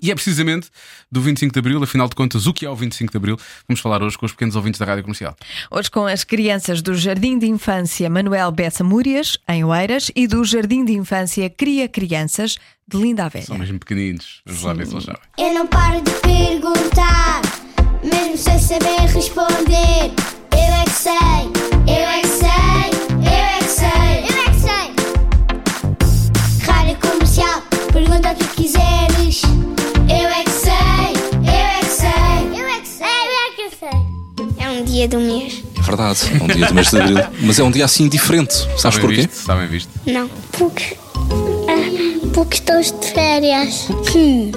E é precisamente do 25 de Abril, afinal de contas, o que é o 25 de Abril? Vamos falar hoje com os pequenos ouvintes da Rádio Comercial. Hoje com as crianças do Jardim de Infância Manuel Bessa Múrias, em Oeiras, e do Jardim de Infância Cria Crianças, de Linda a Velha. São mesmo pequeninos. Vamos lá ver se eles sabem. Eu não paro de perguntar, mesmo sem saber responder. Eu é que sei, eu é que sei, eu é que sei, eu é que sei. Rádio comercial, pergunta o que quiseres. Eu é que sei, eu é que sei, eu é que sei, eu é que sei. É um dia do mês? É verdade, é um dia do mês de abril. Mas é um dia assim diferente. Sabes Está bem porquê? visto? Está bem visto. Não. Porque. ah, Porque estou de férias. Hum.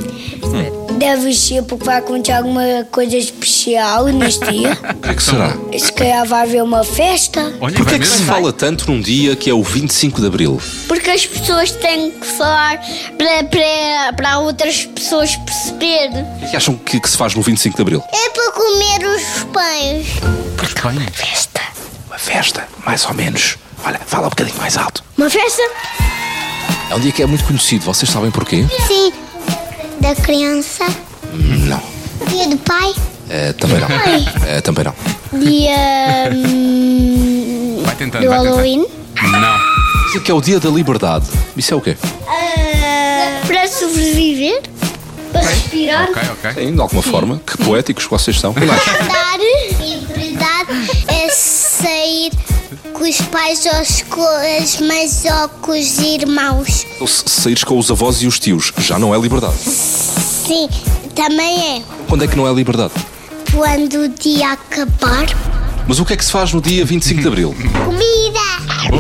Deve ser porque vai acontecer alguma coisa especial neste dia. O que é que será? Se calhar vai haver uma festa. Olha, Porquê vai é que se mesmo. fala tanto num dia que é o 25 de abril? Porque as pessoas têm que falar para, para, para outras pessoas perceber. O que é que acham que, que se faz no 25 de abril? É para comer os pães. Espanha. Festa. Uma festa, mais ou menos. Olha, fala um bocadinho mais alto. Uma festa? É um dia que é muito conhecido. Vocês sabem porquê? Sim. Da criança. Hum, Não. Dia do pai. Eh, também não. Eh, também não. Dia. hum, Vai tentando, vai tentando. Não. Dizem que é o dia da liberdade. Isso é o quê? Ah, Para sobreviver. Para respirar. Ok, ok. Sim, de alguma forma. Que poéticos vocês são. Eu acho. Andar. Liberdade é sair com os pais ou as, co- as mães ou com os irmãos. Então, se se saíres com os avós e os tios, já não é liberdade. Sim, também é. Quando é que não é liberdade? Quando o dia acabar. Mas o que é que se faz no dia 25 de abril? Comida!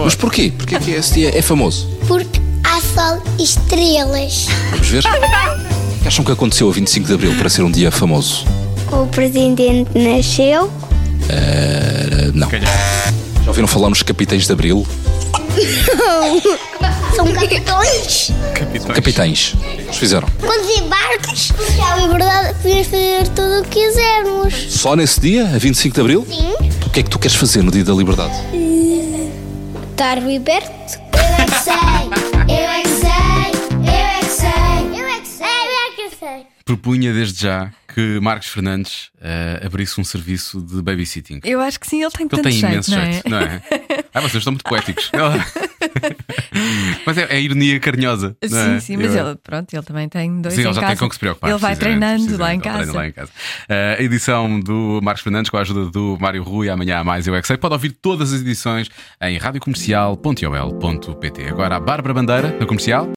Mas porquê? Porquê é que esse dia é famoso? Porque há sol e estrelas. Vamos ver? O que acham que aconteceu a 25 de Abril para ser um dia famoso? O presidente nasceu. Eh, não. Já ouviram falar nos Capitães de Abril? São capitões. Capitães. Eles fizeram. Quando embarques. Porque há liberdade, podemos fazer tudo o que quisermos. Só nesse dia, a 25 de Abril? Sim. O que é que tu queres fazer no Dia da Liberdade? Estar liberto. Eu é que sei. Eu é que sei. Eu é que sei. Eu é que sei. Eu é que sei. Propunha desde já que Marcos Fernandes eh, abrisse um serviço de babysitting. Eu acho que sim, ele tem Ele É tanto tem jeito, imenso não é? jeito, não é? Ah, vocês estão muito poéticos. mas é, é a ironia carinhosa. não Sim, é? sim, mas Eu- ele, pronto, ele também tem dois Sim, em ele já casa. tem com o que se preocupar. Ele vai precisamente, treinando lá em precisamente, ele treina lá em casa. casa. Ah, a edição do Marcos Fernandes com a ajuda do Mário Rui. Amanhã há mais Eu é que sei. Pode ouvir todas as edições em radiocomercial.ol.pt. Agora a Bárbara Bandeira, na comercial.